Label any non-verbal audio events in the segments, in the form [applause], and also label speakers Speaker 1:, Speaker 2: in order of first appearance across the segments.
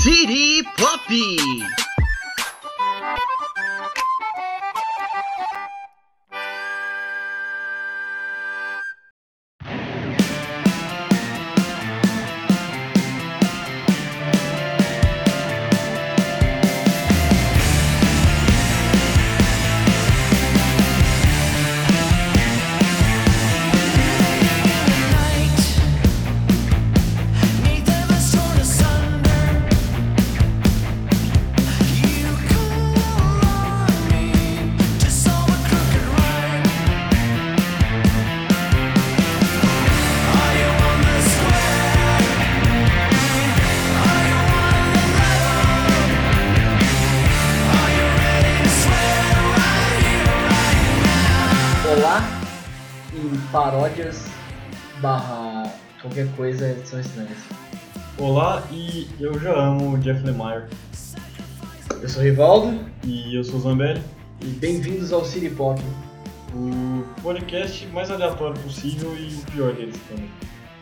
Speaker 1: City Pop.
Speaker 2: Olá e paródias barra qualquer coisa são estranhas.
Speaker 3: Olá e eu já amo o Jeff Lemire
Speaker 2: Eu sou o Rivaldo
Speaker 3: e eu sou o Zambelli,
Speaker 2: e bem-vindos ao City Pop.
Speaker 3: o podcast mais aleatório possível e o pior deles também.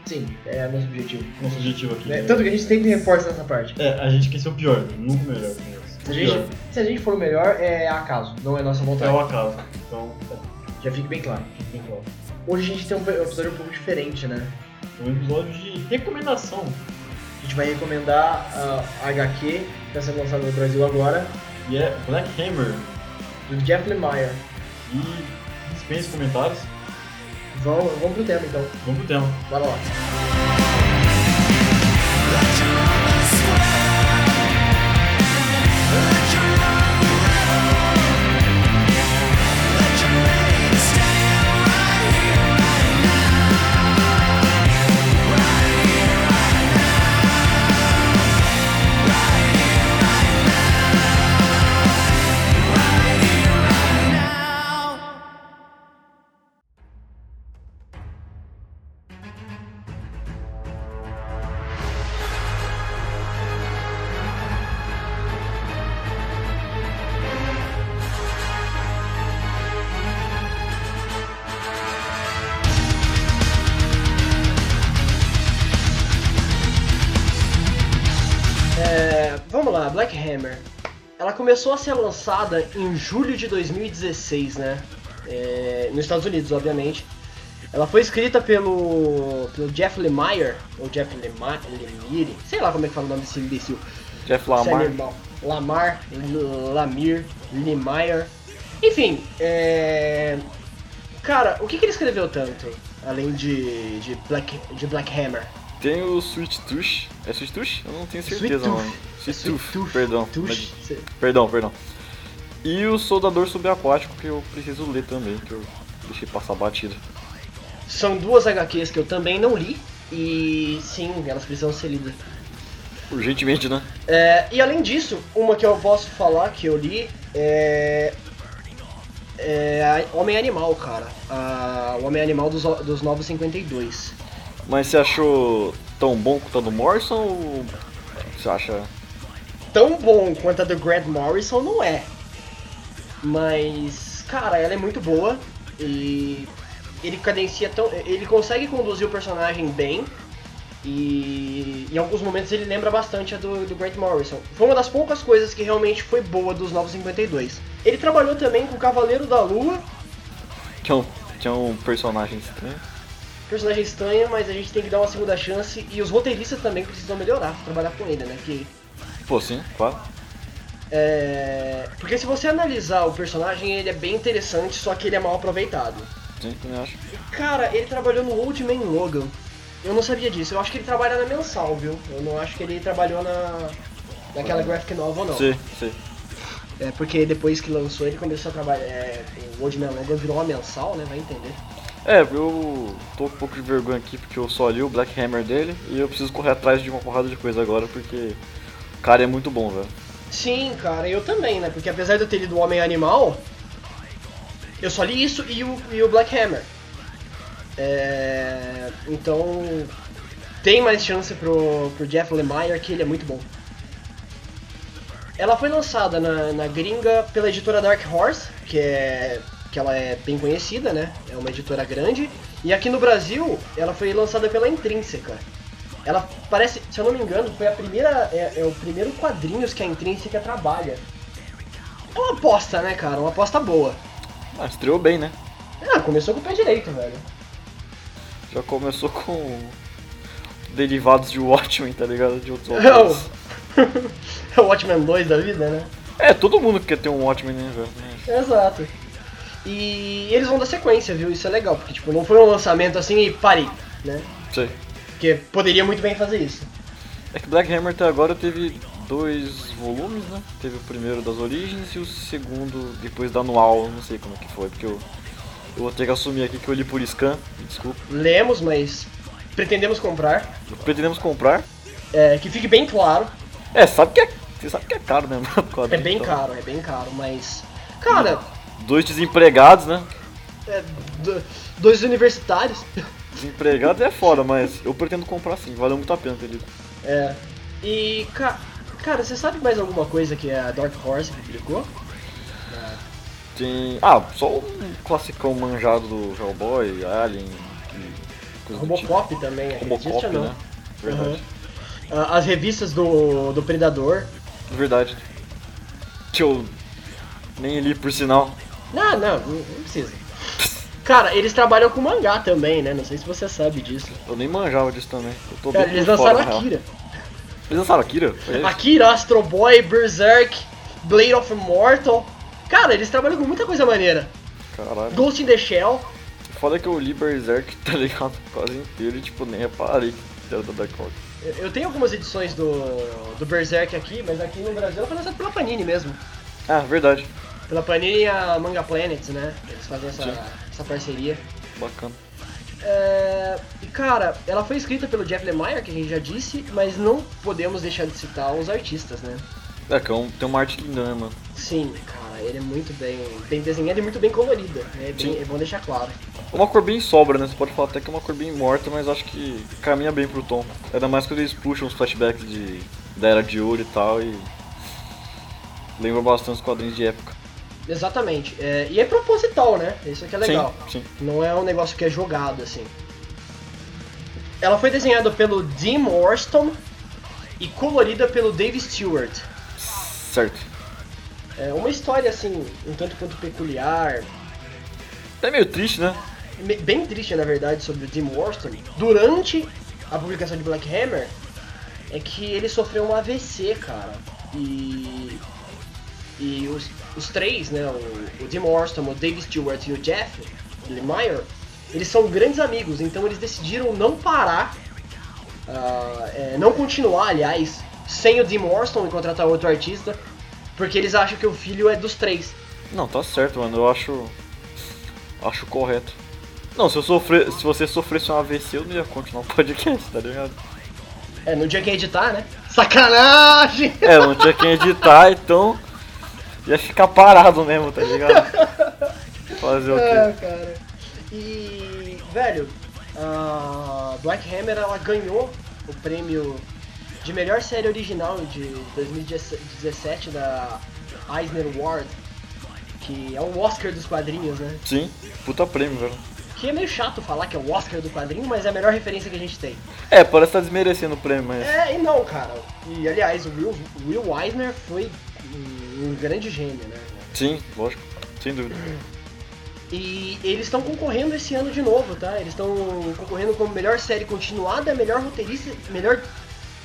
Speaker 2: Sim, é nosso objetivo.
Speaker 3: Nosso objetivo aqui.
Speaker 2: Né? Tanto que a gente sempre reforça nessa parte.
Speaker 3: É, a gente quer ser o pior, nunca o melhor. né? O
Speaker 2: Se a
Speaker 3: pior.
Speaker 2: gente, se a gente for o melhor, é acaso, não é nossa
Speaker 3: É o
Speaker 2: vontade.
Speaker 3: acaso. Então, é,
Speaker 2: Já fique bem claro.
Speaker 3: fica bem claro.
Speaker 2: Hoje a gente tem um episódio um pouco diferente, né?
Speaker 3: É um episódio de recomendação.
Speaker 2: A gente vai recomendar a HQ, que está sendo lançada no Brasil agora,
Speaker 3: E é Black Hammer.
Speaker 2: do Jeff Lemire.
Speaker 3: E dispense comentários.
Speaker 2: Vão- Vamos pro tema então,
Speaker 3: Vamos pro tema.
Speaker 2: bora lá. É, vamos lá, Black Hammer. Ela começou a ser lançada em julho de 2016, né? É, nos Estados Unidos, obviamente. Ela foi escrita pelo, pelo Jeff Lemire, ou Jeff Lema- Lemire, sei lá como é que fala o nome desse imbecil.
Speaker 4: Jeff
Speaker 2: Esse
Speaker 4: Lamar.
Speaker 2: animal. Lamar, L- Lamir, Lemire. Enfim, é... Cara, o que, que ele escreveu tanto, além de, de, Black, de Black Hammer?
Speaker 4: Tem o Sweet Tooth. É Sweet Tooth? Eu não tenho
Speaker 2: Sweet
Speaker 4: certeza,
Speaker 2: Tooth.
Speaker 4: mano.
Speaker 2: É
Speaker 4: Sweet
Speaker 2: Sweet
Speaker 4: Tooth,
Speaker 2: Tooth.
Speaker 4: perdão.
Speaker 2: Tooth. Cê-
Speaker 4: Perdão, perdão. E o Soldador Subaquático que eu preciso ler também, que eu deixei passar batido.
Speaker 2: São duas HQs que eu também não li. E sim, elas precisam ser lidas.
Speaker 4: Urgentemente, né?
Speaker 2: É, e além disso, uma que eu posso falar que eu li é. É. a Homem Animal, cara. A- o Homem Animal dos, O- dos Novos 52.
Speaker 4: Mas você achou tão bom quanto a do Morrison ou você acha.
Speaker 2: Tão bom quanto a do Grant Morrison não é. Mas. Cara, ela é muito boa. E. Ele cadencia tão. Ele consegue conduzir o personagem bem. E em alguns momentos ele lembra bastante a do, do Grant Morrison. Foi uma das poucas coisas que realmente foi boa dos Novos 52. Ele trabalhou também com o Cavaleiro da Lua,
Speaker 4: que é um, que é um personagem estranho?
Speaker 2: personagem estranha, mas a gente tem que dar uma segunda chance. E os roteiristas também precisam melhorar, trabalhar com ele, né? Que,
Speaker 4: Pô, sim, claro.
Speaker 2: é... Porque se você analisar o personagem, ele é bem interessante, só que ele é mal aproveitado.
Speaker 4: Sim, também acho.
Speaker 2: Cara, ele trabalhou no Old Man Logan. Eu não sabia disso. Eu acho que ele trabalha na mensal, viu? Eu não acho que ele trabalhou na naquela graphic novel, não.
Speaker 4: Sim, sim.
Speaker 2: É porque depois que lançou ele começou a trabalhar. É, o Old Man Logan virou uma mensal, né? Vai entender.
Speaker 4: É, eu tô com um pouco de vergonha aqui porque eu só li o Black Hammer dele e eu preciso correr atrás de uma porrada de coisa agora porque o cara é muito bom, velho.
Speaker 2: Sim, cara, eu também, né? Porque apesar de eu ter lido o Homem Animal, eu só li isso e o, e o Black Hammer. É, então tem mais chance pro, pro Jeff Lemire que ele é muito bom. Ela foi lançada na, na gringa pela editora Dark Horse, que é que ela é bem conhecida, né? É uma editora grande. E aqui no Brasil, ela foi lançada pela Intrínseca. Ela parece, se eu não me engano, foi a primeira. É, é o primeiro quadrinhos que a intrínseca trabalha. É uma aposta, né, cara? Uma aposta boa.
Speaker 3: Ah, estreou bem, né?
Speaker 2: Ah, começou com o pé direito, velho.
Speaker 3: Já começou com derivados de Watchmen, tá ligado? De outros
Speaker 2: É o,
Speaker 3: autores.
Speaker 2: [laughs] é o Watchmen 2 da vida, né?
Speaker 3: É, todo mundo quer ter um Watchmen, né, velho?
Speaker 2: Exato. E eles vão dar sequência, viu? Isso é legal, porque tipo, não foi um lançamento assim e parei, né?
Speaker 3: Não sei.
Speaker 2: Porque poderia muito bem fazer isso.
Speaker 3: É que Black Hammer até agora teve dois volumes, né? Teve o primeiro das origens e o segundo depois da anual, não sei como é que foi, porque eu, eu vou ter que assumir aqui que eu li por scan, me desculpa.
Speaker 2: Lemos, mas pretendemos comprar.
Speaker 3: Pretendemos comprar.
Speaker 2: É, que fique bem claro,
Speaker 3: É, sabe que é, você sabe que é caro, né? mano, [laughs] o
Speaker 2: é
Speaker 3: quadrinho,
Speaker 2: bem
Speaker 3: então.
Speaker 2: caro, é bem caro, mas. Cara,
Speaker 3: Dois desempregados, né?
Speaker 2: é, do- dois universitários.
Speaker 3: Desempregado é foda, mas eu pretendo comprar sim, valeu muito a pena ter lido.
Speaker 2: É. E, ca cara, você sabe mais alguma coisa que é a Dark Horse publicou?
Speaker 3: Tem. Ah, só um classicão manjado do Hellboy, Alien, e coisa do tipo.
Speaker 2: Robocop também, acredite
Speaker 3: Robocop,
Speaker 2: ou não.
Speaker 3: né? Verdade.
Speaker 2: Ah, As revistas do, do Predador.
Speaker 3: Verdade. Que eu nem li por sinal.
Speaker 2: Não, não, não não precisa. Cara, eles trabalham com mangá também, né? Não sei se você sabe disso.
Speaker 3: Eu nem manjava disso também. Eu tô
Speaker 2: Cara,
Speaker 3: bem
Speaker 2: É, eles
Speaker 3: por
Speaker 2: lançaram
Speaker 3: fora, na real.
Speaker 2: Akira.
Speaker 3: Eles lançaram Akira? Foi isso?
Speaker 2: Akira, Astro Boy, Berserk, Blade of Mortal. Cara, eles trabalham com muita coisa maneira.
Speaker 3: Caralho.
Speaker 2: Ghost in the Shell.
Speaker 3: Foda que eu li Berserk, [laughs] tá ligado? Quase inteiro e tipo, nem reparei que era da Dark Horse.
Speaker 2: Eu- Eu tenho algumas edições do, do Berserk aqui, mas aqui no Brasil ela foi lançada pela Panini mesmo.
Speaker 3: Ah, verdade.
Speaker 2: Pela Panini e a Manga Planet, né? Eles fazem essa,
Speaker 3: Sim.
Speaker 2: essa parceria.
Speaker 3: Bacana.
Speaker 2: É, e cara, ela foi escrita pelo Jeff Lemire, que a gente já disse, mas não podemos deixar de citar os artistas, né?
Speaker 3: É, que é um- tem uma arte linda, né, mano?
Speaker 2: Sim, cara, ele é muito bem, bem desenhado e muito bem colorida, né? É Bem,
Speaker 3: Sim.
Speaker 2: é bom deixar claro.
Speaker 3: É Uma cor bem sobra, né? Você pode falar até que é uma cor bem morta, mas acho que caminha bem pro tom. Ainda mais quando eles puxam os flashbacks de, da Era de Ouro e tal e... Lembra bastante os quadrinhos de época.
Speaker 2: Exatamente. É, e é proposital, né? Isso aqui é legal.
Speaker 3: Sim, sim.
Speaker 2: Não é um negócio que é jogado, assim. Ela foi desenhada pelo Dean Orston e colorida pelo Dave Stewart.
Speaker 3: Certo.
Speaker 2: É uma história, assim, um tanto quanto peculiar,
Speaker 3: Até meio triste, né?
Speaker 2: me- bem triste, na verdade, sobre o Dean Orston. Durante a publicação de Black Hammer, é que ele sofreu um AVC, cara. E... E os, os três, né, o, o Dean Orston, o Dave Stewart e o Jeff Lemire, eles são grandes amigos, então eles decidiram não parar ah, é, não continuar, aliás, sem o Dean Morston e contratar outro artista, porque eles acham que o filho é dos três.
Speaker 3: Não, tá certo, mano. Eu acho. Acho correto. Não, se, eu sofrer, se você sofresse um AVC, eu não ia continuar o podcast, tá ligado?
Speaker 2: [laughs] É, não tinha quem editar, né? [laughs] Sacanagem!
Speaker 3: É, eu não tinha quem editar, então. ia ficar parado mesmo,
Speaker 2: [laughs]
Speaker 3: tá ligado? Fazer o
Speaker 2: É,
Speaker 3: quê?
Speaker 2: [laughs] cara. E, velho, a Black Hammer ela ganhou o prêmio de melhor série original de 2017 da Eisner Award, que é um Oscar dos quadrinhos, né?
Speaker 3: Sim, puta prêmio, velho.
Speaker 2: Que é meio chato falar que é o Oscar do quadrinho, mas é a melhor referência que a gente tem.
Speaker 3: É, parece que tá desmerecendo o prêmio, mas.
Speaker 2: É, e não, cara. E aliás, o Will, o Will Eisner foi um um grande gênio, né?
Speaker 3: Sim, lógico, sem dúvida.
Speaker 2: E eles estão concorrendo esse ano de novo, tá? Eles estão concorrendo como melhor série continuada, melhor roteirista, melhor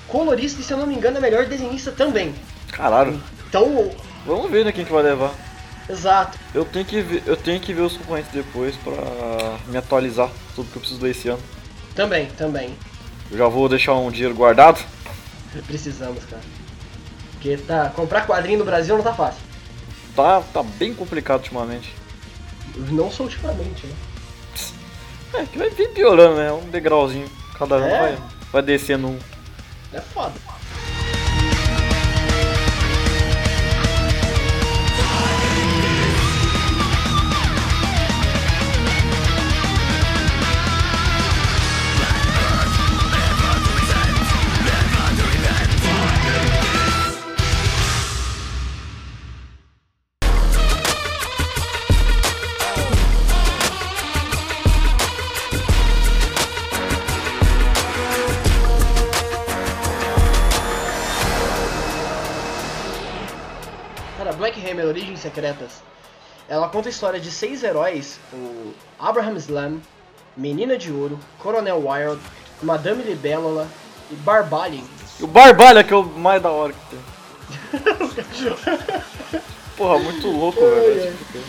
Speaker 2: colorista e, se eu não me engano, é melhor desenhista também.
Speaker 3: Caralho.
Speaker 2: Então,
Speaker 3: Vamos ver, né, quem que vai levar.
Speaker 2: exato.
Speaker 3: Eu tenho que ver, eu tenho que ver os concorrentes depois pra me atualizar sobre o que eu preciso ler esse ano.
Speaker 2: Também, também.
Speaker 3: Eu já vou deixar um dinheiro guardado.
Speaker 2: Precisamos, cara. Porque tá, comprar quadrinho no Brasil não tá fácil.
Speaker 3: Tá, tá bem complicado ultimamente.
Speaker 2: Não só ultimamente, né?
Speaker 3: É, que vai vir piorando, né? Um degrauzinho. Cada ano
Speaker 2: É?
Speaker 3: vai, vai descendo um.
Speaker 2: É foda. Hammer Origens Secretas, ela conta a história de seis heróis, o Abraham Slam, Menina de Ouro, Coronel Wild, Madame Libélula e Barbalin.
Speaker 4: E o Barbalha que é o mais da
Speaker 2: [laughs]
Speaker 4: hora que tem. Porra, muito louco, velho.
Speaker 2: Ai,
Speaker 3: tipo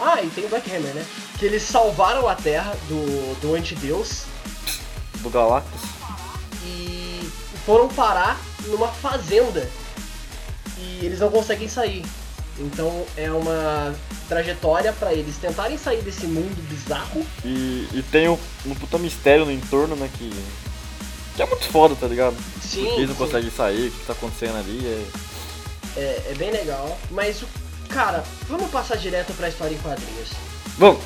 Speaker 2: Ah, e tem o Black Hammer, né? Que eles salvaram a Terra do, do antideus
Speaker 4: Do Galactus.
Speaker 2: e foram parar numa fazenda e eles não conseguem sair. Então é uma trajetória pra eles tentarem sair desse mundo bizarro.
Speaker 4: E, e tem um, um puta mistério no entorno, né? Que, que é muito foda, tá ligado?
Speaker 2: Sim,
Speaker 4: Porque eles não
Speaker 2: sim.
Speaker 4: conseguem sair, o que tá acontecendo ali. É...
Speaker 2: É, é bem legal, mas o cara, vamos passar direto pra história em quadrinhos.
Speaker 4: Bom,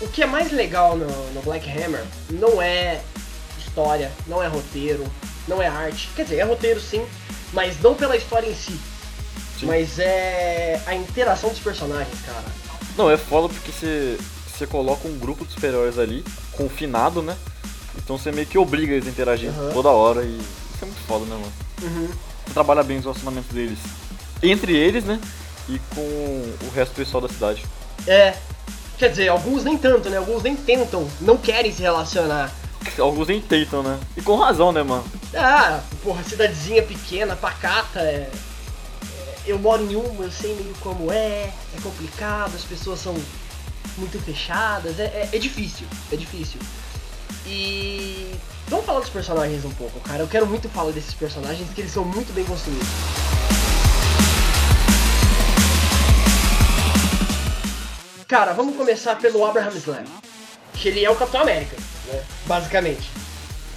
Speaker 2: O que é mais legal no, no Black Hammer não é história, não é roteiro, não é arte. Quer dizer, é roteiro sim, mas não pela história em si.
Speaker 4: Sim.
Speaker 2: Mas é a interação dos personagens, cara.
Speaker 4: não, é foda porque você você coloca um grupo de super-heróis ali, confinado, né? Então você meio que obriga eles a interagir
Speaker 2: Aham.
Speaker 4: toda hora e isso é muito foda, né, mano?
Speaker 2: Uhum.
Speaker 4: Você trabalha bem os relacionamentos deles. Entre eles, né? E com o resto do pessoal da cidade.
Speaker 2: É. Quer dizer, alguns nem tanto, né? Alguns nem tentam, não querem se relacionar.
Speaker 4: Alguns nem tentam, né? E com razão, né, mano?
Speaker 2: Ah, porra, cidadezinha pequena, pacata, é. é, Eu moro em uma, eu sei meio como é, é complicado, as pessoas são muito fechadas, é, é- é difícil, é difícil. E. Vamos falar dos personagens um pouco, cara. Eu quero muito falar desses personagens, que eles são muito bem construídos. Cara, vamos começar pelo Abraham Slam, que ele é o Capitão América, né? Basicamente.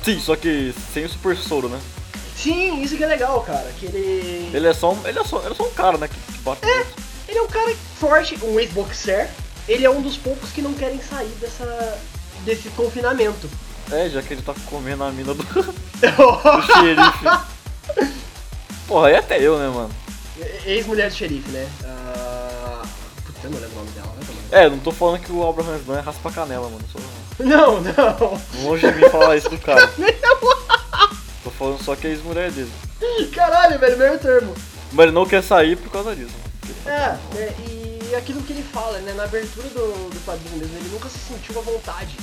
Speaker 4: Sim, só que sem o super soro, né?
Speaker 2: Sim, isso que é legal, cara. Que ele.
Speaker 4: Ele é só um, ele é só, ele é só um cara, né? Que, que bate. no outro.
Speaker 2: Ele é um cara forte, um ex-boxer. Ele é um dos poucos que não querem sair dessa. desse [laughs] confinamento.
Speaker 4: É, já que ele tá comendo a mina do, do [laughs] xerife. Porra, aí até eu, né, mano?
Speaker 2: Ex-mulher do xerife, né? Ah, Puta, eu não lembro o nome dela, né? também.
Speaker 4: É, não tô falando que o Abraham Slam é raspa canela, mano. Só,
Speaker 2: Não, não.
Speaker 4: longe de mim falar isso do cara. Tô falando só que é ex-mulher dele.
Speaker 2: Caralho, velho, mesmo termo.
Speaker 4: Mas ele não quer sair por causa disso. mano.
Speaker 2: É, né, e aquilo que ele fala, né? Na abertura do, do quadrinho mesmo, ele nunca se sentiu à vontade.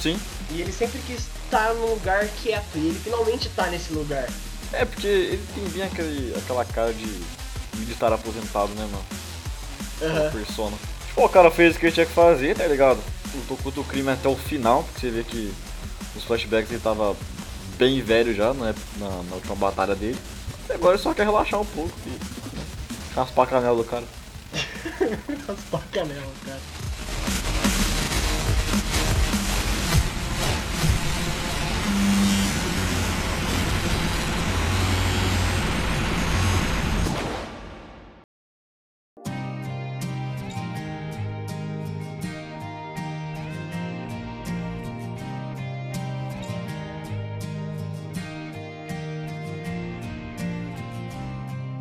Speaker 4: Sim.
Speaker 2: E ele sempre quis estar num lugar quieto. E ele finalmente tá nesse lugar.
Speaker 4: É, porque ele tem bem aquele, aquela cara de militar aposentado, né, mano? Aquela
Speaker 2: Aham.
Speaker 4: persona. Tipo, o cara fez o que ele tinha que fazer, tá ligado? Lutou contra o crime até o final, porque você vê que nos flashbacks ele tava bem velho já, né? Na, na última batalha dele. E agora ele só quer relaxar um pouco e raspar a canela do cara.
Speaker 2: Raspar a canela, cara.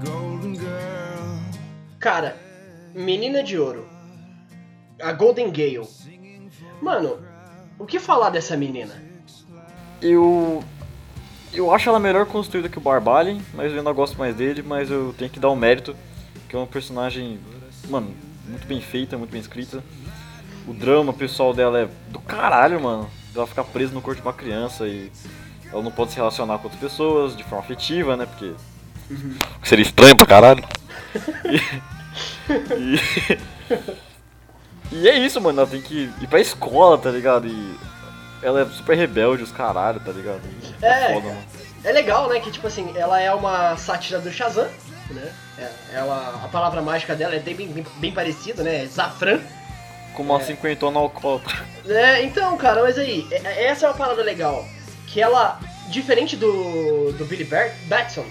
Speaker 1: Golden girl,
Speaker 2: Cara, Menina de Ouro. A Golden Gale. Mano, o que falar dessa menina?
Speaker 4: Eu. Eu acho ela melhor construída que o Barbalin, mas eu ainda gosto mais dele, mas eu tenho que dar o mérito, que é um personagem, mano, muito bem feita, muito bem escrita. O drama pessoal dela é do caralho, mano. Ela ficar presa no corpo de uma criança e ela não pode se relacionar com outras pessoas de forma afetiva, né? Porque. Seria estranho pra caralho. [laughs] E, e é isso, mano. Ela tem que ir pra escola, tá ligado? E ela é super rebelde, os caralho, tá ligado? E
Speaker 2: É,
Speaker 4: foda,
Speaker 2: cara.
Speaker 4: mano.
Speaker 2: É legal, né? Que tipo assim, ela é uma sátira do Shazam, né? É, ela, a palavra mágica dela é bem, bem, bem parecida, né? Zafran.
Speaker 4: Com uma cinquentona [laughs] alcoólatra.
Speaker 2: É, então, cara, mas aí, é- é- essa é uma parada legal. Que ela, diferente do, do Billy Bat- Batson,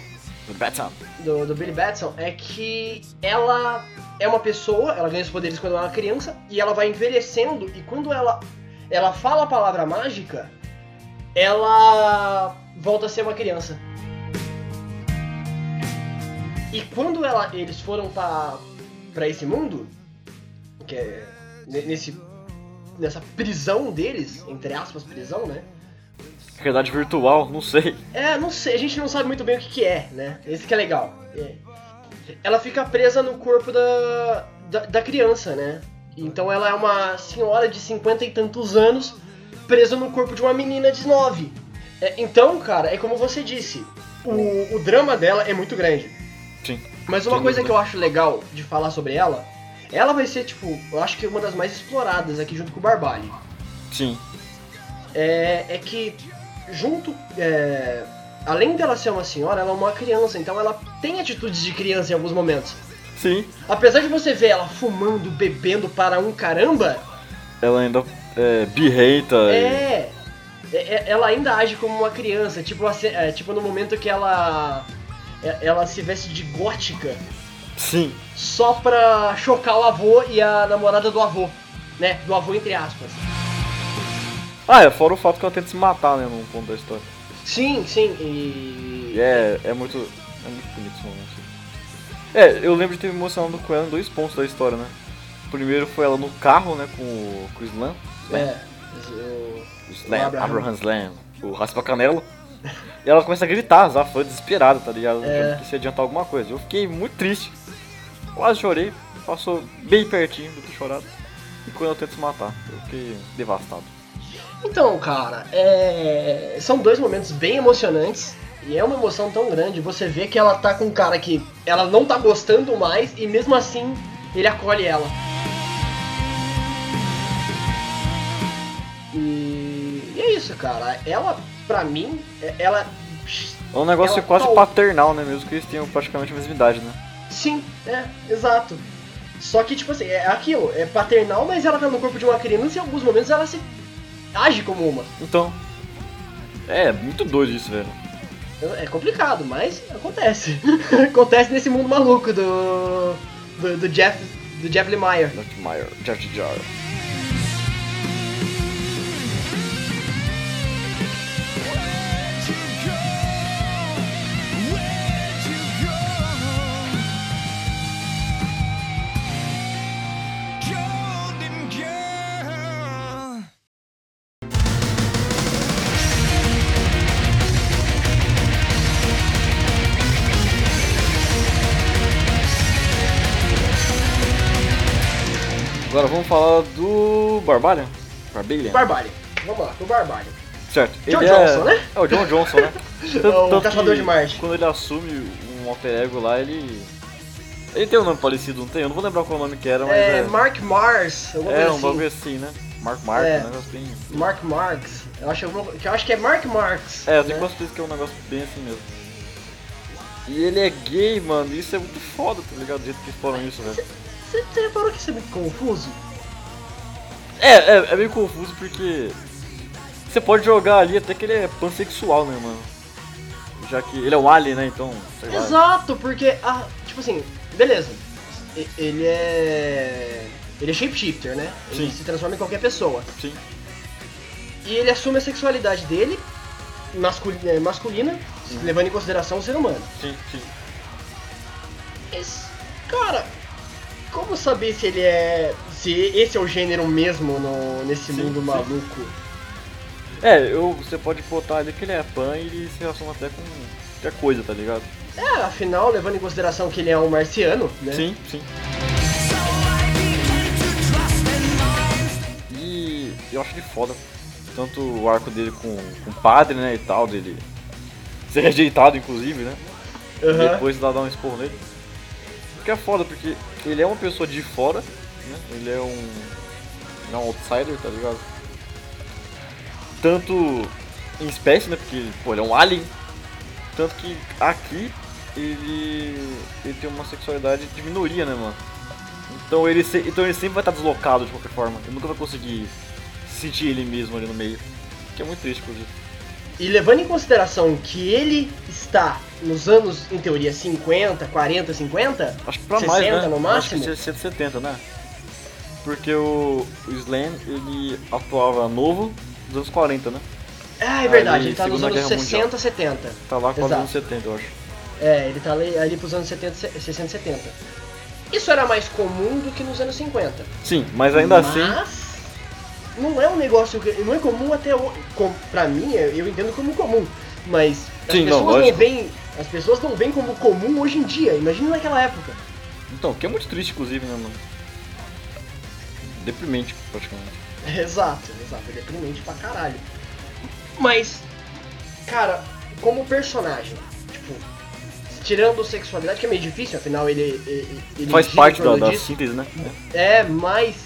Speaker 4: Batman.
Speaker 2: do, do Billy Batson é que ela é uma pessoa, ela ganha os poderes quando ela é uma criança, e ela vai envelhecendo, e quando ela, ela fala a palavra mágica, ela volta a ser uma criança. E quando ela, eles foram pra, pra esse mundo, que é ne- nesse, nessa prisão deles, entre aspas, prisão, né?
Speaker 4: Realidade virtual, não sei.
Speaker 2: É, não sei, a gente não sabe muito bem o que, que é, né? Esse que é legal. É. ela fica presa no corpo da, da, da criança, né? Então ela é uma senhora de cinquenta e tantos anos presa no corpo de uma menina de nove. É, então, cara, é como você disse, o, o drama dela é muito grande.
Speaker 4: Sim.
Speaker 2: Mas uma
Speaker 4: Sem
Speaker 2: coisa
Speaker 4: dúvida.
Speaker 2: que eu acho legal de falar sobre ela, ela vai ser, tipo, eu acho que uma das mais exploradas aqui junto com o Barbalho.
Speaker 4: Sim.
Speaker 2: É, é que, junto. é, além dela ser uma senhora, ela é uma criança, então ela tem atitudes de criança em alguns momentos.
Speaker 4: Sim.
Speaker 2: Apesar de você ver ela fumando, bebendo para um caramba,
Speaker 4: Ela ainda é birreita
Speaker 2: é.
Speaker 4: e.
Speaker 2: é- é- ela ainda age como uma criança, tipo, a ce- é, tipo no momento que ela. é- Ela se veste de gótica
Speaker 4: Sim.
Speaker 2: só pra chocar o avô e a namorada do avô, né? Do avô, entre aspas.
Speaker 4: Ah, é fora o fato que ela tenta se matar, né, num ponto da história.
Speaker 2: Sim, sim, e.
Speaker 4: E é, é muito. É muito bonito esse momento. É, eu lembro de ter me emocionado com ela em dois pontos da história, né? O primeiro foi ela no carro, né, com o, com o Slam.
Speaker 2: É, eu-
Speaker 4: O Slam,
Speaker 2: Abraham.
Speaker 4: Abraham. Slam, o Raspa Canela. E ela começa a gritar, zafando, desesperada, tá ligado?
Speaker 2: É.
Speaker 4: Achando que se adiantar alguma coisa. Eu fiquei muito triste. Quase chorei. Passou bem pertinho do que chorado. E quando eu tento se matar, eu fiquei devastado.
Speaker 2: Então, cara, é, são dois momentos bem emocionantes. E é uma emoção tão grande. Você vê que ela tá com um cara que ela não tá gostando mais e mesmo assim ele acolhe ela. E, e é isso, cara. Ela, pra mim, é- ela.
Speaker 4: É um negócio
Speaker 2: Ela tá
Speaker 4: quase
Speaker 2: tal-
Speaker 4: paternal, né? Mesmo que eles tenham praticamente a mesma idade, né?
Speaker 2: Sim, é, exato. Só que, tipo assim, é aquilo, é paternal, mas ela tá no corpo de uma criança e em alguns momentos ela se age como uma.
Speaker 4: Então. É, muito doido isso, velho.
Speaker 2: É complicado, mas acontece. [laughs] acontece nesse mundo maluco do. do, do Jeff. do Jeff Lemire.
Speaker 4: Darth Meyer, Jar Jar.
Speaker 1: Golden girl.
Speaker 4: Agora vamos falar do Barbarian? Barbarian?
Speaker 2: Barbário. Vamos lá, pro Barbário.
Speaker 4: certo.
Speaker 2: John
Speaker 4: é...
Speaker 2: Johnson, né?
Speaker 4: É o John Johnson,
Speaker 2: [laughs]
Speaker 4: né?
Speaker 2: o É um Caçador de Marte.
Speaker 4: Quando ele assume um alter ego lá, ele... Ele tem um nome parecido, não tem? Eu não vou lembrar qual nome que era, mas
Speaker 2: É,
Speaker 4: é...
Speaker 2: Mark Mars, alguma
Speaker 4: É,
Speaker 2: coisa
Speaker 4: um
Speaker 2: assim.
Speaker 4: nome assim, né? Mark Mark,
Speaker 2: É.
Speaker 4: um negócio bem...
Speaker 2: Mark Marx. Eu acho, alguma- que eu acho que é Mark Marx.
Speaker 4: É, eu tenho
Speaker 2: né?
Speaker 4: quase certeza que é um negócio bem assim mesmo. E ele é gay, mano, isso é muito foda, tá ligado? Do jeito que foram isso, velho.
Speaker 2: Você você reparou que isso é muito confuso?
Speaker 4: É, é, é meio confuso porque você pode jogar ali até que ele é pansexual, né, mano? Já que ele é um alien, né? Então, sei lá.
Speaker 2: Exato, porque. A, tipo assim, beleza. E- Ele é. Ele é shapeshifter, né? Ele
Speaker 4: Sim.
Speaker 2: se transforma em qualquer pessoa.
Speaker 4: Sim.
Speaker 2: E ele assume a sexualidade dele, mascul- eh, masculina, levando em consideração o ser humano.
Speaker 4: Sim, sim.
Speaker 2: Esse, cara, como saber se ele é. se esse é o gênero mesmo no- nesse
Speaker 4: Sim,
Speaker 2: mundo
Speaker 4: sim.
Speaker 2: maluco?
Speaker 4: É, eu, você pode botar ali que ele é pan e ele se relaciona até com qualquer coisa, tá ligado?
Speaker 2: É, afinal, levando em consideração que ele é um marciano, né?
Speaker 4: Sim, sim. E eu acho ele foda. Tanto o arco dele com, com o padre, né, e tal, dele ser rejeitado, inclusive, né?
Speaker 2: Aham.
Speaker 4: Depois lá dá um expor nele. Porque é foda, porque ele é uma pessoa de fora, né? Ele é um. ele é um outsider, tá ligado? Tanto em espécie, né? Porque, pô, ele é um alien. Tanto que aqui ele. ele tem uma sexualidade de minoria, né, mano? Então ele, se- então ele sempre vai estar deslocado de qualquer forma. Ele nunca vai conseguir sentir ele mesmo ali no meio. Que é muito triste, inclusive.
Speaker 2: E levando em consideração que ele está nos anos, em teoria, 50, 40, 50,
Speaker 4: Acho que pra
Speaker 2: 60
Speaker 4: mais, né?
Speaker 2: no máximo?
Speaker 4: Acho que 170, né? Porque o, o Slam, ele atuava novo nos anos 40, né?
Speaker 2: ah, é verdade,
Speaker 4: Aí,
Speaker 2: ele tá nos
Speaker 4: Segunda
Speaker 2: anos
Speaker 4: Guerra
Speaker 2: 60,
Speaker 4: Mundial.
Speaker 2: 70.
Speaker 4: Tá lá quase nos
Speaker 2: Exato.
Speaker 4: anos 70, eu acho.
Speaker 2: É, ele tá ali, ali pros anos 70, se- 60, 70. Isso era mais comum do que nos anos 50.
Speaker 4: Sim, mas ainda assim...
Speaker 2: Mas não é um negócio que. Não é comum até hoje. Com, pra mim, eu eu entendo como comum. Mas as
Speaker 4: Sim, não,
Speaker 2: pessoas não,
Speaker 4: lógico.
Speaker 2: veem. As pessoas não veem como comum hoje em dia, imagina naquela época. [laughs]
Speaker 4: Então, que é muito triste, inclusive, né, mano? Deprimente, praticamente.
Speaker 2: Exato, exato, é deprimente pra caralho. Mas, cara, como personagem, tipo, tirando sexualidade, que é meio difícil, afinal ele. ele, ele
Speaker 4: Faz
Speaker 2: gira em
Speaker 4: parte da,
Speaker 2: torno
Speaker 4: da
Speaker 2: disso.
Speaker 4: síntese, né?
Speaker 2: É, mas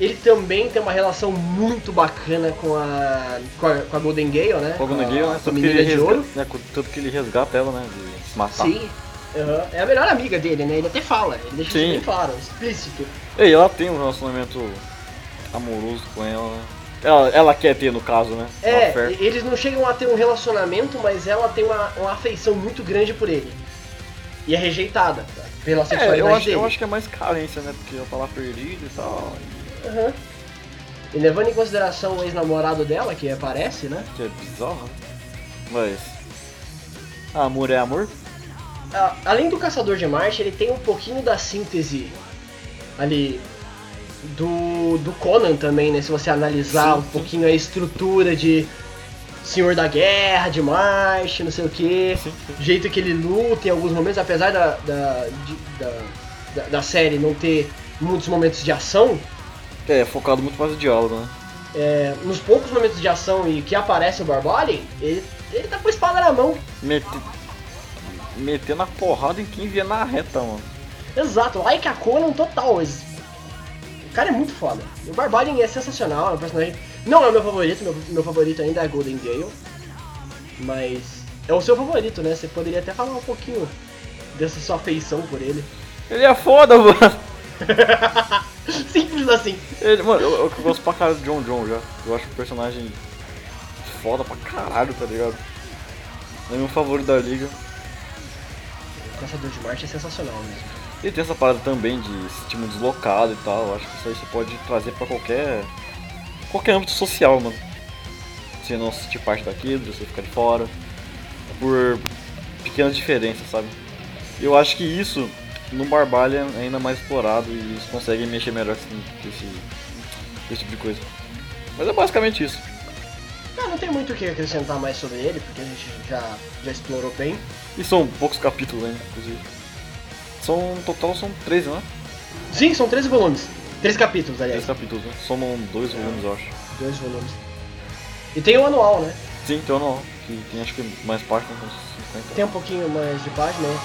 Speaker 2: ele também tem uma relação muito bacana com a com a, com a Golden Gale, né?
Speaker 4: Fogo no
Speaker 2: a,
Speaker 4: Gale,
Speaker 2: a
Speaker 4: né? Tanto que,
Speaker 2: menina
Speaker 4: ele
Speaker 2: de ouro.
Speaker 4: resgata, né? com- Tanto que ele resgata ela, né? De se matar.
Speaker 2: Sim. aham, É a melhor amiga dele, né? Ele até fala, ele deixa
Speaker 4: Sim.
Speaker 2: isso bem claro, explícito.
Speaker 4: E ela tem um relacionamento amoroso com ela, né? Ela, ela quer ter, no caso, né? Uma
Speaker 2: É,
Speaker 4: affair.
Speaker 2: e- eles não chegam a ter um relacionamento, mas ela tem uma, uma afeição muito grande por ele. E é rejeitada tá? pela
Speaker 4: É,
Speaker 2: sexualidade
Speaker 4: eu acho,
Speaker 2: dele.
Speaker 4: eu acho que é mais carência, né? Porque ela tá lá perdida e tal. e-
Speaker 2: Aham. E levando em consideração o ex-namorado dela, que aparece, né?
Speaker 4: Que é bizarro, né? Mas. Amor é amor?
Speaker 2: A- além do Caçador de Marte, ele tem um pouquinho da síntese ali do, do Conan também, né? Se você analisar um pouquinho a estrutura de Senhor da Guerra, de Marte, não sei o que, o jeito que ele luta em alguns momentos, apesar da, da, de- da, da- da série não ter muitos momentos de ação,
Speaker 4: É, focado muito mais no diálogo, né?
Speaker 2: é, nos poucos momentos de ação e que aparece o Barbarian, ele, ele tá com a espada na mão.
Speaker 4: Mete... Metendo a porrada em quem vier na reta, mano.
Speaker 2: Exato, like a Conan total. mas O cara é muito foda. O Barbarian é sensacional, é um personagem. Não é o meu favorito, meu, meu favorito ainda é a Golden Gale. Mas é o seu favorito, né? Você poderia até falar um pouquinho dessa sua afeição por ele. [laughs]
Speaker 4: Ele é foda, [laughs] mano.
Speaker 2: Simples assim.
Speaker 4: Ele, mano, eu, eu gosto pra caralho do John John já. Eu acho o personagem foda pra caralho, tá ligado? É meu favorito da liga.
Speaker 2: O Caçador de Marte é sensacional mesmo.
Speaker 4: Ele tem essa parada também de se time deslocado e tal. Eu acho que isso aí você pode trazer pra qualquer. qualquer âmbito social, mano. Você não se sentir parte daquilo, de você ficar de fora. Por pequenas diferenças, sabe? Eu acho que isso no Barbalha é ainda mais explorado e eles conseguem mexer melhor assim, com esse, com esse tipo de coisa. Mas é basicamente isso.
Speaker 2: Cara, não tem muito o que acrescentar mais sobre ele, porque a gente já, já explorou bem.
Speaker 4: E são poucos capítulos ainda, inclusive. São, no total são 13, né?
Speaker 2: Sim, são 13 volumes. 13 capítulos,
Speaker 4: 13
Speaker 2: aliás.
Speaker 4: capítulos, né? Somam dois volumes, eu acho.
Speaker 2: Dois volumes. E tem o anual, né?
Speaker 4: Sim, então não. Que tem acho que mais páginas, uns 50.
Speaker 2: Tem um pouquinho mais de página, né?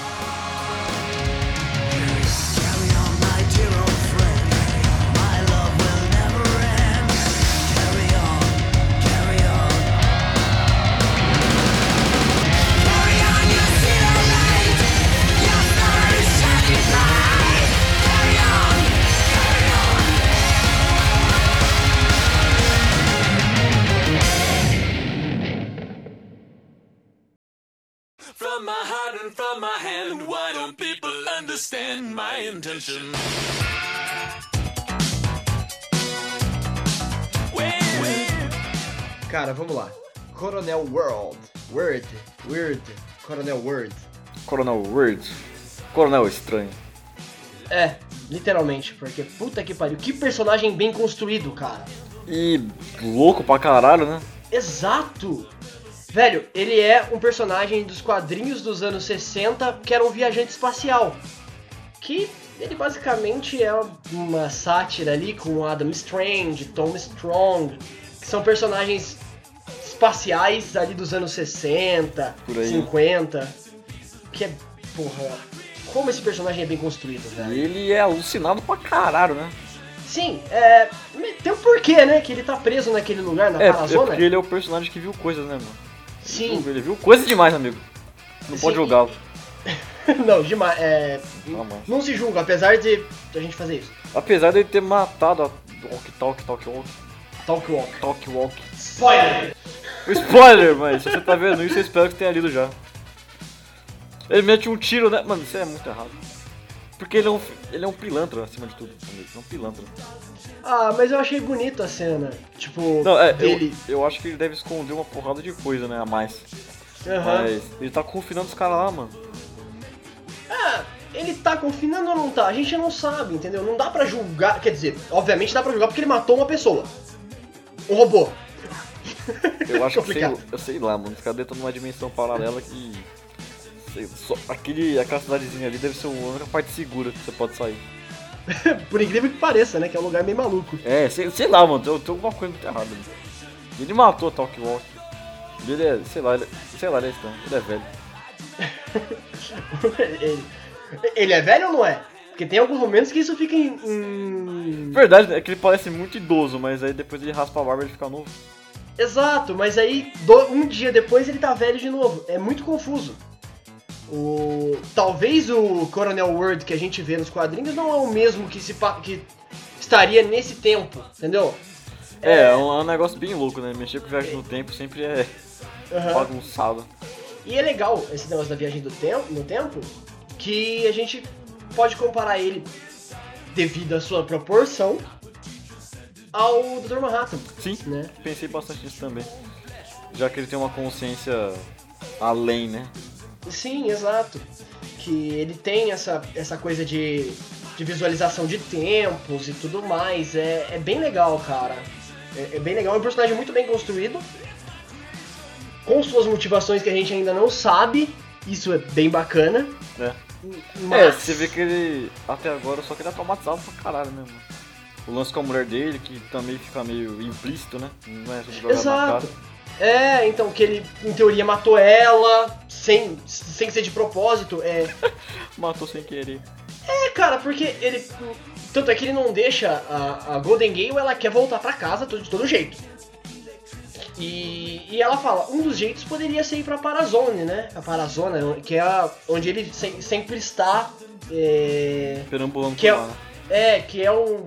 Speaker 1: From my heart and from my hand, why don't people understand my intention? Wait, wait.
Speaker 2: Cara, vamos lá. Coronel World. Word. Weird. Coronel World.
Speaker 4: Coronel Words. Coronel Estranho.
Speaker 2: É, literalmente, porque puta que pariu. Que personagem bem construído, cara.
Speaker 4: E louco pra caralho, né?
Speaker 2: Exato! Velho, ele é um personagem dos quadrinhos dos anos 60 que era um viajante espacial. Que ele basicamente é uma sátira ali com Adam Strange, Tom Strong, que são personagens espaciais ali dos anos 60,
Speaker 4: Por aí.
Speaker 2: 50. Que é. Porra, como esse personagem é bem construído, velho.
Speaker 4: E ele é alucinado pra caralho, né?
Speaker 2: Sim, é. Tem um porquê, né? Que ele tá preso naquele lugar, na
Speaker 4: É, é
Speaker 2: Parazona.
Speaker 4: porque ele é o personagem que viu coisas, né, mano?
Speaker 2: Sim.
Speaker 4: Ele viu coisas demais, amigo. Não pode
Speaker 2: Sim.
Speaker 4: julgá-lo.
Speaker 2: [laughs] Não, demais. É,
Speaker 4: Ah, mano.
Speaker 2: não se julga, apesar de a gente fazer isso.
Speaker 4: Apesar dele ter matado a Walk Talk Talk Walk
Speaker 2: Talk Walk.
Speaker 4: Talk Walk.
Speaker 2: Spoiler!
Speaker 4: [laughs] Spoiler, mas se você tá vendo isso, eu espero que tenha lido já. Ele mete um tiro, né? Mano, isso é muito errado. Porque ele é um, ele é um pilantra, acima de tudo. Ele é um pilantra.
Speaker 2: Ah, mas eu achei bonito a cena. Tipo,
Speaker 4: Não, é,
Speaker 2: dele.
Speaker 4: Eu, eu acho que ele deve esconder uma porrada de coisa, né? A mais.
Speaker 2: Aham.
Speaker 4: Mas ele tá confinando os caras lá, mano.
Speaker 2: Ah, ele tá confinando ou não tá? A gente não sabe, entendeu? Não dá pra julgar. Quer dizer, obviamente dá pra julgar porque ele matou uma pessoa. Um robô.
Speaker 4: Eu acho que sei,
Speaker 2: Complicado.
Speaker 4: eu sei lá, mano. Os caras estão numa dimensão paralela que. sei, só, aquele, aquela cidadezinha ali deve ser a única parte segura que você pode sair.
Speaker 2: Por incrível que pareça, né? Que é um lugar meio maluco. [laughs]
Speaker 4: É, sei, sei lá, mano. Tem, tem alguma coisa muito errada. ali. E Ele matou a Talk Walk. E Ele é, sei lá, ele, sei lá, ele é estranho. Ele é velho.
Speaker 2: ele, ele é velho ou não é? Porque tem alguns momentos que isso fica em. em-
Speaker 4: Verdade, é que ele parece muito idoso, mas aí depois ele raspa a barba e ele fica novo.
Speaker 2: Exato, mas aí do- um dia depois ele tá velho de novo. É muito confuso. O... Talvez o Coronel Word que a gente vê nos quadrinhos não é o mesmo que, se pa- que estaria nesse tempo, entendeu?
Speaker 4: É, é um, é um negócio bem louco, né? Mexer com viagem no tempo sempre é
Speaker 2: Aham.
Speaker 4: bagunçado.
Speaker 2: E é legal esse negócio da viagem do tempo, no tempo, que a gente pode comparar ele devido à sua proporção ao Dr. Manhattan,
Speaker 4: Sim,
Speaker 2: né?
Speaker 4: pensei bastante nisso também. Já que ele tem uma consciência além, né?
Speaker 2: Sim, exato. Que ele tem essa, essa coisa de, de visualização de tempos e tudo mais. É, é bem legal, cara. É, é bem legal. É um personagem muito bem construído. Com suas motivações que a gente ainda não sabe. Isso é bem bacana.
Speaker 4: É. É,
Speaker 2: Mas...
Speaker 4: você vê que ele até agora só que ele é traumatizado pra caralho, né, mano? O lance com a mulher dele, que também fica meio implícito, né? Não é sobre jogar na
Speaker 2: Exato.
Speaker 4: cara.
Speaker 2: É, então, que ele, em teoria, matou ela sem, sem ser de propósito. É,
Speaker 4: Matou sem querer.
Speaker 2: É, cara, porque ele. Tanto é que ele não deixa a, a Golden Gale, ela quer voltar pra casa to- de todo jeito. E, e ela fala, um dos jeitos poderia ser ir pra Parazone, né? A Parazona, que é a, onde ele se- sempre está. É,
Speaker 4: Perambulando
Speaker 2: que
Speaker 4: por
Speaker 2: é,
Speaker 4: lá, né?
Speaker 2: é, que é um,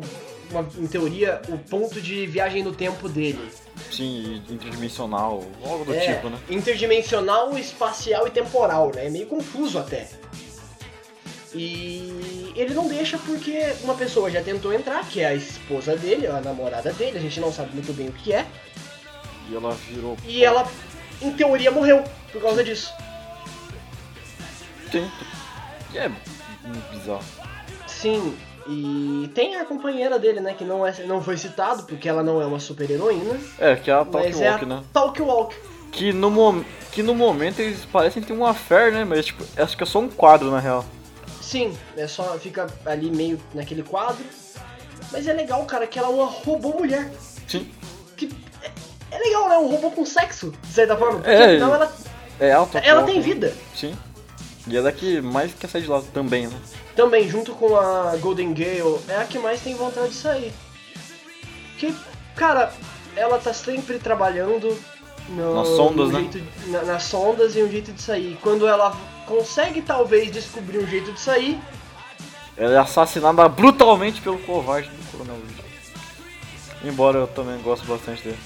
Speaker 2: uma, em teoria o ponto de viagem no tempo dele.
Speaker 4: Sim, e interdimensional, algo do
Speaker 2: é,
Speaker 4: tipo, né?
Speaker 2: Interdimensional, espacial e temporal, né? É meio confuso até. E ele não deixa porque uma pessoa já tentou entrar, que é a esposa dele, a namorada dele, a gente não sabe muito bem o que é,
Speaker 4: E ela virou.
Speaker 2: e ela, em teoria, morreu por causa disso.
Speaker 4: Sim. Que é muito bizarro.
Speaker 2: Sim, e tem a companheira dele, né, que não, é, não foi citado porque ela não é uma super heroína,
Speaker 4: É, que é a Talk
Speaker 2: mas é
Speaker 4: Walk,
Speaker 2: a
Speaker 4: né?
Speaker 2: Talk Walk.
Speaker 4: Que no, mom... que no momento eles parecem ter uma fé, né? Mas tipo, acho que é só um quadro, na real.
Speaker 2: Sim, é só fica ali meio naquele quadro. Mas é legal, cara, que ela é uma robô mulher.
Speaker 4: Sim.
Speaker 2: que é legal, né? Um robô com sexo, de certa forma. Porque
Speaker 4: É,
Speaker 2: afinal ela,
Speaker 4: É alto.
Speaker 2: ela tem vida.
Speaker 4: Sim. E ela é que mais quer sair de lá também, né?
Speaker 2: Também, junto com a Golden Gale, é a que mais tem vontade de sair. Que, cara, ela tá sempre trabalhando no,
Speaker 4: Nas sondas,
Speaker 2: num
Speaker 4: né?
Speaker 2: jeito de- na- nas sondas e um jeito de sair. Quando ela consegue, talvez, descobrir um jeito de sair,
Speaker 4: Ela é assassinada brutalmente pelo covarde do coronavírus. Embora eu também gosto bastante dele.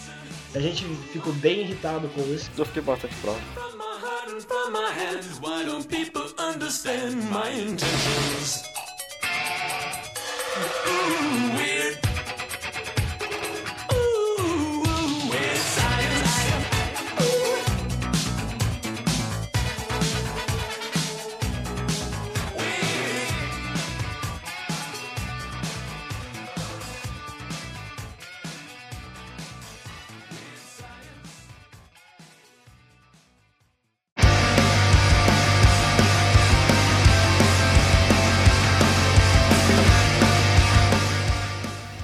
Speaker 2: a gente ficou bem irritado com isso.
Speaker 4: Eu fiquei bastante bravo.
Speaker 1: From my heart and from my hands, why don't people understand my intentions? Ooh, weird. Ooh, ooh, weird science.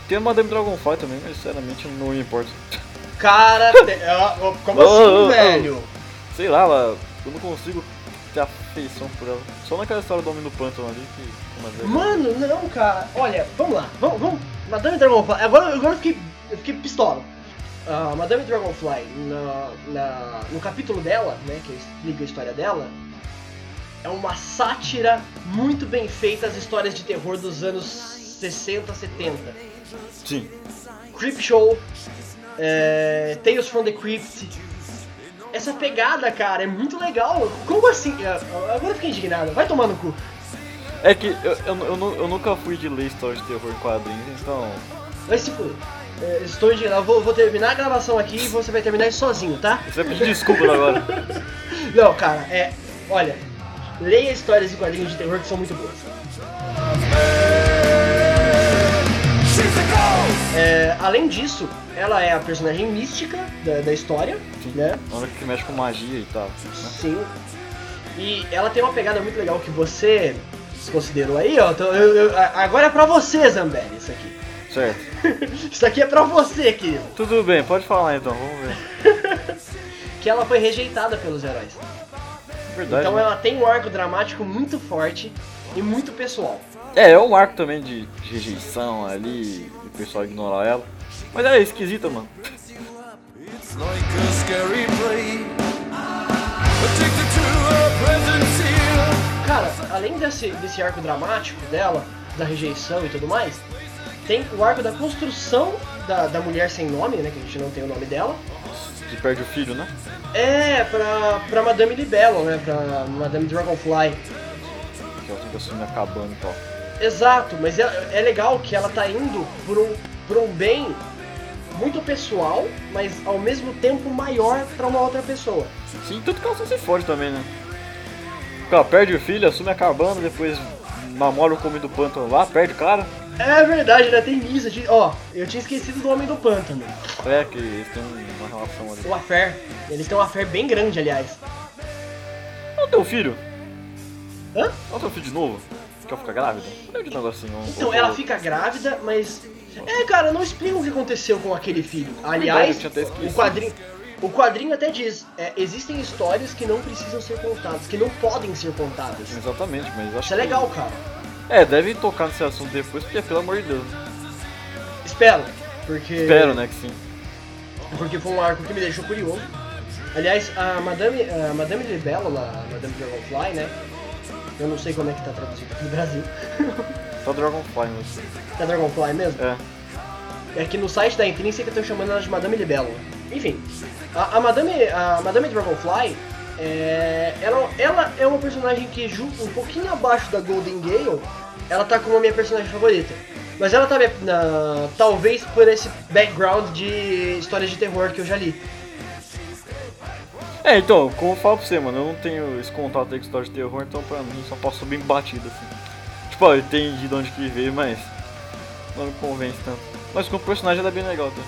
Speaker 4: Tem a Madame Dragonfly também, mas sinceramente não me importa. [laughs]
Speaker 2: Cara, te- ah, oh, como
Speaker 4: Ô,
Speaker 2: assim,
Speaker 4: ô, ô.
Speaker 2: velho?
Speaker 4: Sei lá, ela, eu não consigo ter afeição por ela. Só naquela história do homem do pântano ali que. Mas é-
Speaker 2: Mano, não, cara. Olha, vamos lá. Vamos, vamos. Madame Dragonfly. Agora, agora eu, fiquei, eu fiquei pistola. Ah, Madame Dragonfly, na, na- no capítulo dela, né, que explica a história dela, é uma sátira muito bem feita às histórias de terror dos anos 60, 70.
Speaker 4: Sim.
Speaker 2: Creepshow, é, Tales from the Crypt. Essa pegada, cara, é muito legal. Como assim? Ah, Agora eu fiquei indignado. Vai tomar no cu.
Speaker 4: É que eu, eu, eu, nu- eu nunca fui de ler histórias de terror em quadrinhos, então.
Speaker 2: Vai se fuder. É, Estou de. eu Vou, vou terminar a gravação aqui e você vai terminar isso sozinho, tá?
Speaker 4: Você vai pedir desculpa agora.
Speaker 2: Não, cara, é. Olha, leia histórias e quadrinhos de terror que são muito boas.
Speaker 1: She's a
Speaker 2: É, além disso, ela é a personagem mística da, da história,
Speaker 4: Sim.
Speaker 2: né?
Speaker 4: Na hora que mexe com magia e tal. né?
Speaker 2: Sim. E ela tem uma pegada muito legal que você considerou aí, ó. Então, eu- eu- a- agora é pra você, Zambelli, isso aqui. [laughs]
Speaker 4: Certo.
Speaker 2: Isso aqui é pra você, querido.
Speaker 4: Tudo bem, pode falar então, vamos ver.
Speaker 2: Que ela foi rejeitada pelos heróis.
Speaker 4: Verdade.
Speaker 2: Então
Speaker 4: né?
Speaker 2: ela tem um arco dramático muito forte e muito pessoal.
Speaker 4: É, é um arco também de, de rejeição ali, e o pessoal ignorar ela. Mas ela é esquisita, mano.
Speaker 1: It's like a scary play. Addicted to her presence here.
Speaker 2: Cara, além desse, desse arco dramático dela, da rejeição e tudo mais, tem o arco da construção da, da mulher sem nome, né? Que a gente não tem o nome dela.
Speaker 4: Que perde o filho, né?
Speaker 2: É, pra, pra Madame Libello, né? Pra Madame Dragonfly.
Speaker 4: Que ela fica sumindo acabando e tal.
Speaker 2: Exato, mas é, é legal que ela tá indo por um, por um bem muito pessoal, mas ao mesmo tempo maior pra uma outra pessoa.
Speaker 4: Sim, tanto que ela só se fode também, né? Porque ela perde o filho, assume a cabana, depois namora o come do pântano lá, perde o cara.
Speaker 2: É verdade, né? Tem isso. eu tinha- Ó, eu tinha esquecido do Homem do Pântano.
Speaker 4: É, que eles têm uma relação ali.
Speaker 2: O Affair. Eles têm uma Affair bem grande, aliás.
Speaker 4: Olha o teu um filho.
Speaker 2: Hã?
Speaker 4: Olha o teu um filho de novo. Que ela fica grávida. Olha de negocinho. um-
Speaker 2: Então,
Speaker 4: um-
Speaker 2: ela
Speaker 4: um-
Speaker 2: fica grávida, mas. É, cara, não explica o que aconteceu com aquele filho. Aliás,
Speaker 4: eu tinha até esquecido.
Speaker 2: o quadrinho. O quadrinho até diz, é, existem histórias que não precisam ser contadas, que não podem ser contadas.
Speaker 4: Exatamente, mas acho
Speaker 2: Isso é
Speaker 4: que-
Speaker 2: legal, cara.
Speaker 4: É, deve tocar nesse assunto depois, porque pelo amor de Deus.
Speaker 2: Espero, porque.
Speaker 4: Espero, né, que sim.
Speaker 2: Porque foi um arco que me deixou curioso. Aliás, a Madame, a Madame Libello, a Madame Dragonfly, né? Eu não sei como é que tá traduzido aqui no Brasil.
Speaker 4: Só Dragonfly, mas...
Speaker 2: é Dragonfly mesmo?
Speaker 4: É.
Speaker 2: É que no site da Intrínseca estão chamando ela de Madame Libello. Enfim, a, a Madame, a Madame Dragonfly, é, ela, ela é uma personagem que, junto um pouquinho abaixo da Golden Gale, ela tá como a minha personagem favorita. Mas ela tá me- na, talvez por esse background de histórias de terror que eu já li.
Speaker 4: É, então, como eu falo pra você, mano, eu não tenho esse contato aí com história de terror, então pra mim só passou bem batido, assim. Tipo, ó, eu entendi de onde que veio, mas não me convence tanto. Mas como personagem ela é bem legal, tá?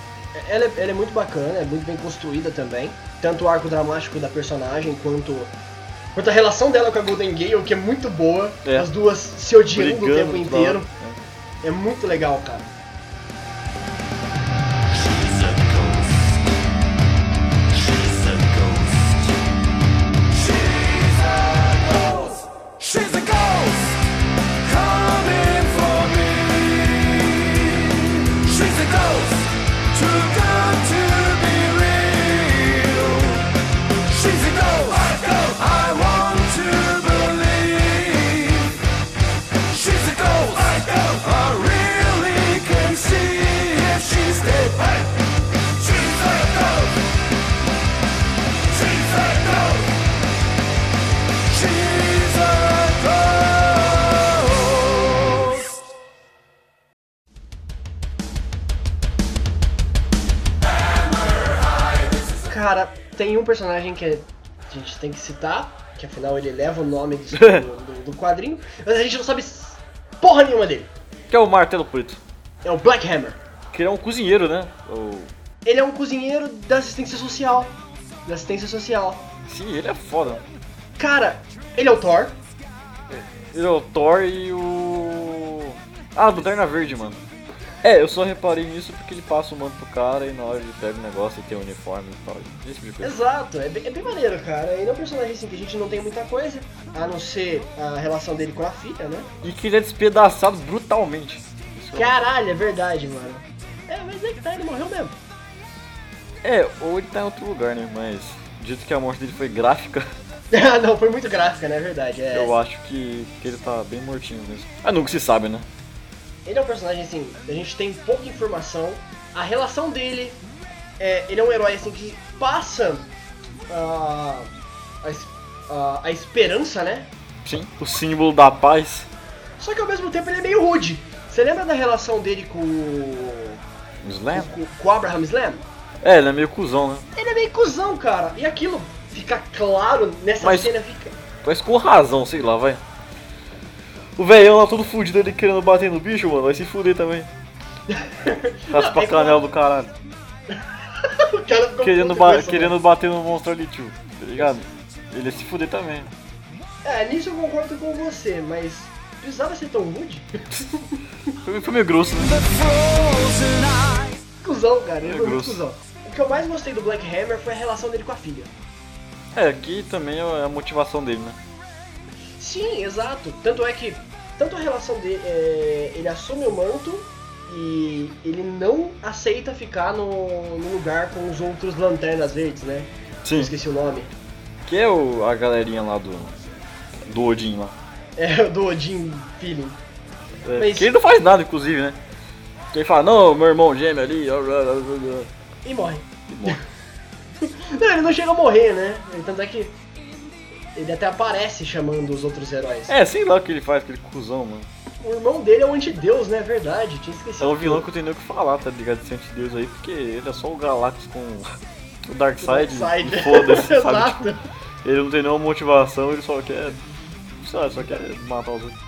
Speaker 2: Ela é, ela é muito bacana, é muito bem construída também. Tanto o arco dramático da personagem quanto, quanto a relação dela com a Golden Gale, que é muito boa.
Speaker 4: É.
Speaker 2: As duas se odiando o tempo
Speaker 4: toda
Speaker 2: inteiro.
Speaker 4: hora, né?
Speaker 2: É muito legal, cara.
Speaker 1: She's a ghost. She's a ghost. She's a ghost. She's a ghost. Coming for me. She's a ghost. Too good to be real. She's a ghost. I want to believe. She's a ghost. I really can see if she's dead. She's a ghost. She's a ghost. She's a ghost.
Speaker 2: Cara, tem um personagem que a gente tem que citar, que afinal ele leva o nome [laughs] do, do- do quadrinho, mas a gente não sabe s- porra nenhuma dele.
Speaker 4: Que é o Martelo Preto.
Speaker 2: É o Black Hammer.
Speaker 4: Que ele é um cozinheiro, né? Ou...
Speaker 2: Ele é um cozinheiro da assistência social. Da assistência social.
Speaker 4: Sim, ele é foda.
Speaker 2: Cara, ele é o Thor.
Speaker 4: Ele é o Thor e o... Ah, Lanterna Verde, mano. É, eu só reparei nisso porque ele passa o manto pro cara e na hora ele pega o negócio e tem o uniforme e tal. Esse tipo de coisa.
Speaker 2: Exato, é bem, é bem maneiro, cara. Ele é um personagem assim que a gente não tem muita coisa, a não ser a relação dele com a filha, né?
Speaker 4: E que ele é despedaçado brutalmente. Isso é-
Speaker 2: Caralho, é verdade, mano. É, mas é que tá, ele morreu mesmo. [laughs]
Speaker 4: É, ou ele tá em outro lugar, né? Mas, dito que a morte dele foi gráfica,
Speaker 2: Ah, não, foi muito gráfica, né? É verdade. É.
Speaker 4: eu acho que, que ele tá bem mortinho mesmo. Ah, nunca se sabe, né?
Speaker 2: Ele é um personagem assim, a gente tem pouca informação. A relação dele, é, ele é um herói assim que passa ah, a, es- ah, a esperança, né?
Speaker 4: Sim, o símbolo da paz.
Speaker 2: Só que ao mesmo tempo ele é meio rude. Você lembra da relação dele com o-
Speaker 4: Um Slam?
Speaker 2: com, com o Abraham Slam?
Speaker 4: É, ele é meio cuzão, né?
Speaker 2: Ele é meio cuzão, cara. E aquilo fica claro nessa
Speaker 4: Mas-
Speaker 2: cena. Fica... [laughs]
Speaker 4: Mas com razão, sei lá, vai. O velhão lá todo fudido ele querendo bater no bicho, mano, vai se fuder também. Raspa canel do caralho.
Speaker 2: o cara ficou
Speaker 4: Querendo,
Speaker 2: puto
Speaker 4: ba-
Speaker 2: com essa,
Speaker 4: querendo bater no monstro ali, tio. Tá ligado? Ele ia se fuder também.
Speaker 2: mano. É, nisso eu concordo com você, mas precisava ser tão rude?
Speaker 4: Foi, foi meio grosso, né?
Speaker 2: Cusão, cara, ele
Speaker 4: É
Speaker 2: foi muito
Speaker 4: grosso.
Speaker 2: cuzão. O que eu mais gostei do Black Hammer foi a relação dele com a filha.
Speaker 4: É, aqui também é a motivação dele, né?
Speaker 2: Sim, exato. Tanto é que, tanto a relação dele, é, ele assume o manto e ele não aceita ficar no, no lugar com os outros lanternas verdes, né?
Speaker 4: Sim.
Speaker 2: Esqueci o nome.
Speaker 4: Que é o, a galerinha lá do. Do Odin lá.
Speaker 2: É o do Odin Feeling.
Speaker 4: É,
Speaker 2: Mas-
Speaker 4: Que ele não faz nada, inclusive, né? Que ele fala, não, meu irmão gêmeo ali, ó, blá, blá, blá, blá."
Speaker 2: E morre.
Speaker 4: E morre.
Speaker 2: [laughs] Não, ele não chega a morrer, né? Tanto é que ele até aparece chamando os outros heróis.
Speaker 4: É, sei lá o que ele faz, aquele cuzão, mano.
Speaker 2: O irmão dele é o antideus, né? É verdade, tinha
Speaker 4: É
Speaker 2: esquecido.
Speaker 4: um vilão que eu tenho nem o que falar, tá ligado? Esse antideus aí, porque ele é só o Galactus com o Darkseid.
Speaker 2: Side. [laughs]
Speaker 4: e Foda-se, sabe?
Speaker 2: Exato.
Speaker 4: Tipo, ele não tem nenhuma motivação, ele só quer. Sabe, só quer matar os outros.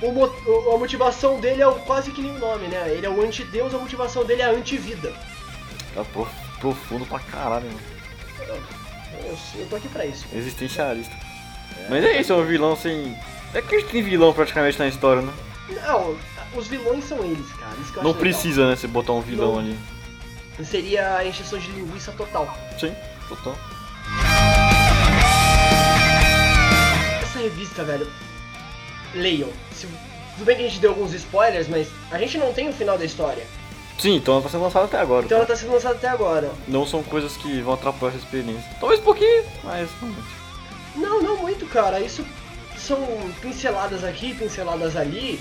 Speaker 2: O mo- o- a motivação dele é o- quase que nem o nome, né? Ele é o antideus, a motivação dele é a antivida.
Speaker 4: Tá pro- profundo pra caralho, mano.
Speaker 2: Eu, eu tô aqui pra isso.
Speaker 4: Existencialista. Mas é isso, é um vilão sem. É que a gente tem vilão praticamente na história, né?
Speaker 2: Não, os vilões são eles, cara. Isso que eu
Speaker 4: Não
Speaker 2: acho
Speaker 4: precisa, né, você botar um vilão
Speaker 2: Tá Não.
Speaker 4: ali.
Speaker 2: legal. Seria a encheção de linguiça total.
Speaker 4: Sim, total.
Speaker 2: Essa revista, velho. Leiam. Se- tudo bem que a gente deu alguns spoilers, mas a gente não tem o final da história.
Speaker 4: Sim, então ela tá sendo lançada até agora.
Speaker 2: Então ela tá sendo lançada até agora.
Speaker 4: Não são coisas que vão atrapalhar essa experiência. Talvez um pouquinho, mas não muito.
Speaker 2: Não, não muito, cara. Isso são pinceladas aqui, pinceladas ali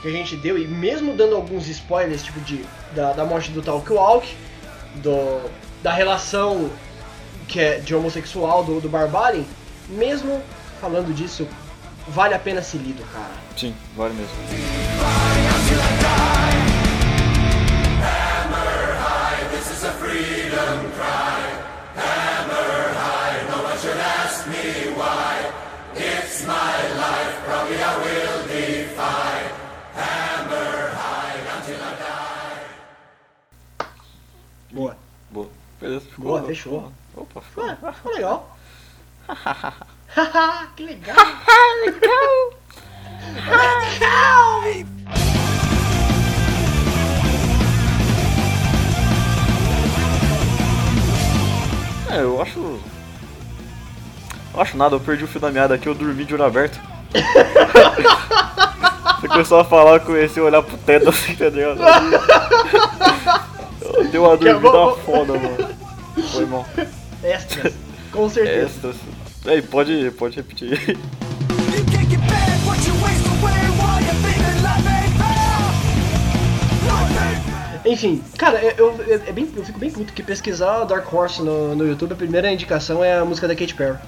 Speaker 2: que a gente deu e mesmo dando alguns spoilers, tipo de da, da morte do Talk Walk, do da relação que é de homossexual do, do Barbarian, mesmo falando disso, vale a pena ser lido, cara.
Speaker 4: Sim, vale mesmo.
Speaker 2: Boa.
Speaker 4: Boa. Beleza, ficou.
Speaker 2: Boa, fechou. Ah,
Speaker 4: Opa, ficou.
Speaker 2: Ué, ficou legal. que legal.
Speaker 4: É, eu acho. Eu acho nada, eu perdi o fio da meada aqui, eu dormi de olho aberto. Você começou a falar, eu comecei a olhar pro teto assim, entendeu? Eu dei uma
Speaker 2: Que é
Speaker 4: dormida
Speaker 2: bom.
Speaker 4: foda, mano. Foi bom.
Speaker 2: Extras. Com certeza.
Speaker 4: Extras. Ei, pode, pode repetir.
Speaker 1: You can't get back what you waste away while you're thinking life ain't fair. Life ain't fair.
Speaker 2: Enfim, cara, eu, eu- é bem, eu fico bem puto que pesquisar Dark Horse no, no YouTube, a primeira indicação é a música da Katy Perry.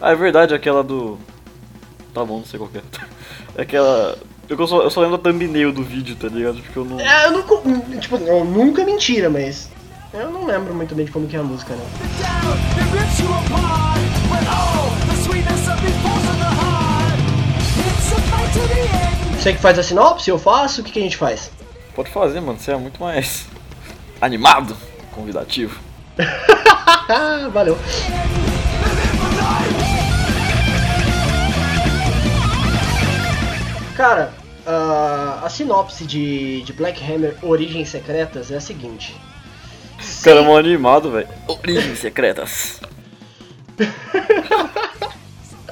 Speaker 4: Ah, é verdade, aquela do. Tá bom, não sei qual que é. É Aquela. Eu só, eu só lembro da thumbnail do vídeo, tá ligado? Porque eu não.
Speaker 2: É, eu não. co- Tipo, eu nunca é mentira, mas. Eu não lembro muito bem de como que é a música, não.
Speaker 1: It down, it rips you apart. When all the sweetness of it falls in the heart. It's a fight to the end.
Speaker 2: Você que faz a sinopse, eu faço, o que, que a gente faz?
Speaker 4: Pode fazer, mano, você é muito mais. animado, convidativo.
Speaker 2: Ah, valeu. Cara, ah, a- a sinopse de, de Black Hammer Origens Secretas é a seguinte.
Speaker 4: Cara, é mó animado, velho. Origens secretas. O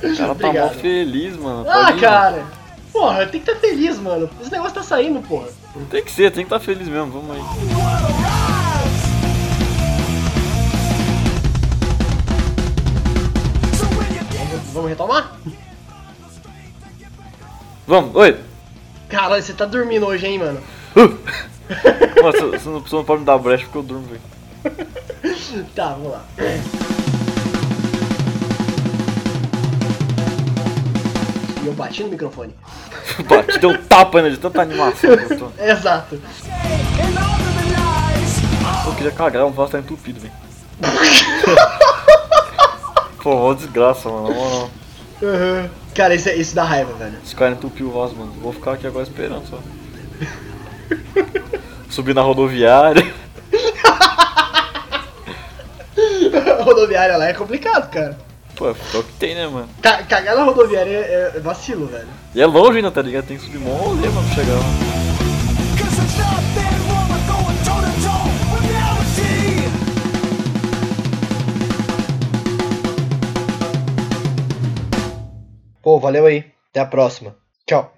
Speaker 4: cara tá mó
Speaker 2: Obrigado.
Speaker 4: feliz, mano.
Speaker 2: Ah,
Speaker 4: Pode ir,
Speaker 2: cara! Porra, tem que estar feliz, mano. Esse negócio tá saindo, porra.
Speaker 4: mano. Tem que ser, tem que tá feliz mesmo, vamos aí.
Speaker 1: What a rise. So when you get
Speaker 2: Vamos retomar?
Speaker 4: Vamos, oi!
Speaker 2: Caralho, você tá dormindo hoje, hein, mano?
Speaker 4: Uh! Nossa, você não, você não pode me dar brecha porque eu durmo, velho.
Speaker 2: Tá, vamos lá. E eu bati no microfone.
Speaker 4: Pá, Te deu um tapa, né, de tanta animação que eu tô.
Speaker 2: Exato.
Speaker 1: day eh? and all of the lies.
Speaker 4: Eu queria cagar, um vaso tá
Speaker 2: [laughs]
Speaker 4: entupido, velho. Pô, mó desgraça, mano. Na moral.
Speaker 2: Uhum. Cara, isso, é- isso dá raiva, velho. [laughs]
Speaker 4: Esse cara entupiu o vaso, mano. Vou ficar aqui agora esperando só. subir na rodoviária.
Speaker 2: rodoviária lá é complicado, cara.
Speaker 4: Pô, é o que tem, né, mano?
Speaker 2: Ca- Cagar na rodoviária é, é vacilo, velho.
Speaker 4: E é longe ainda, tá ligado? Tem que subir mó rolê, mano, pra chegar lá.
Speaker 5: Cause it's not that woman going toe to toe with reality.
Speaker 2: Pô, valeu aí. Até a próxima. Tchau.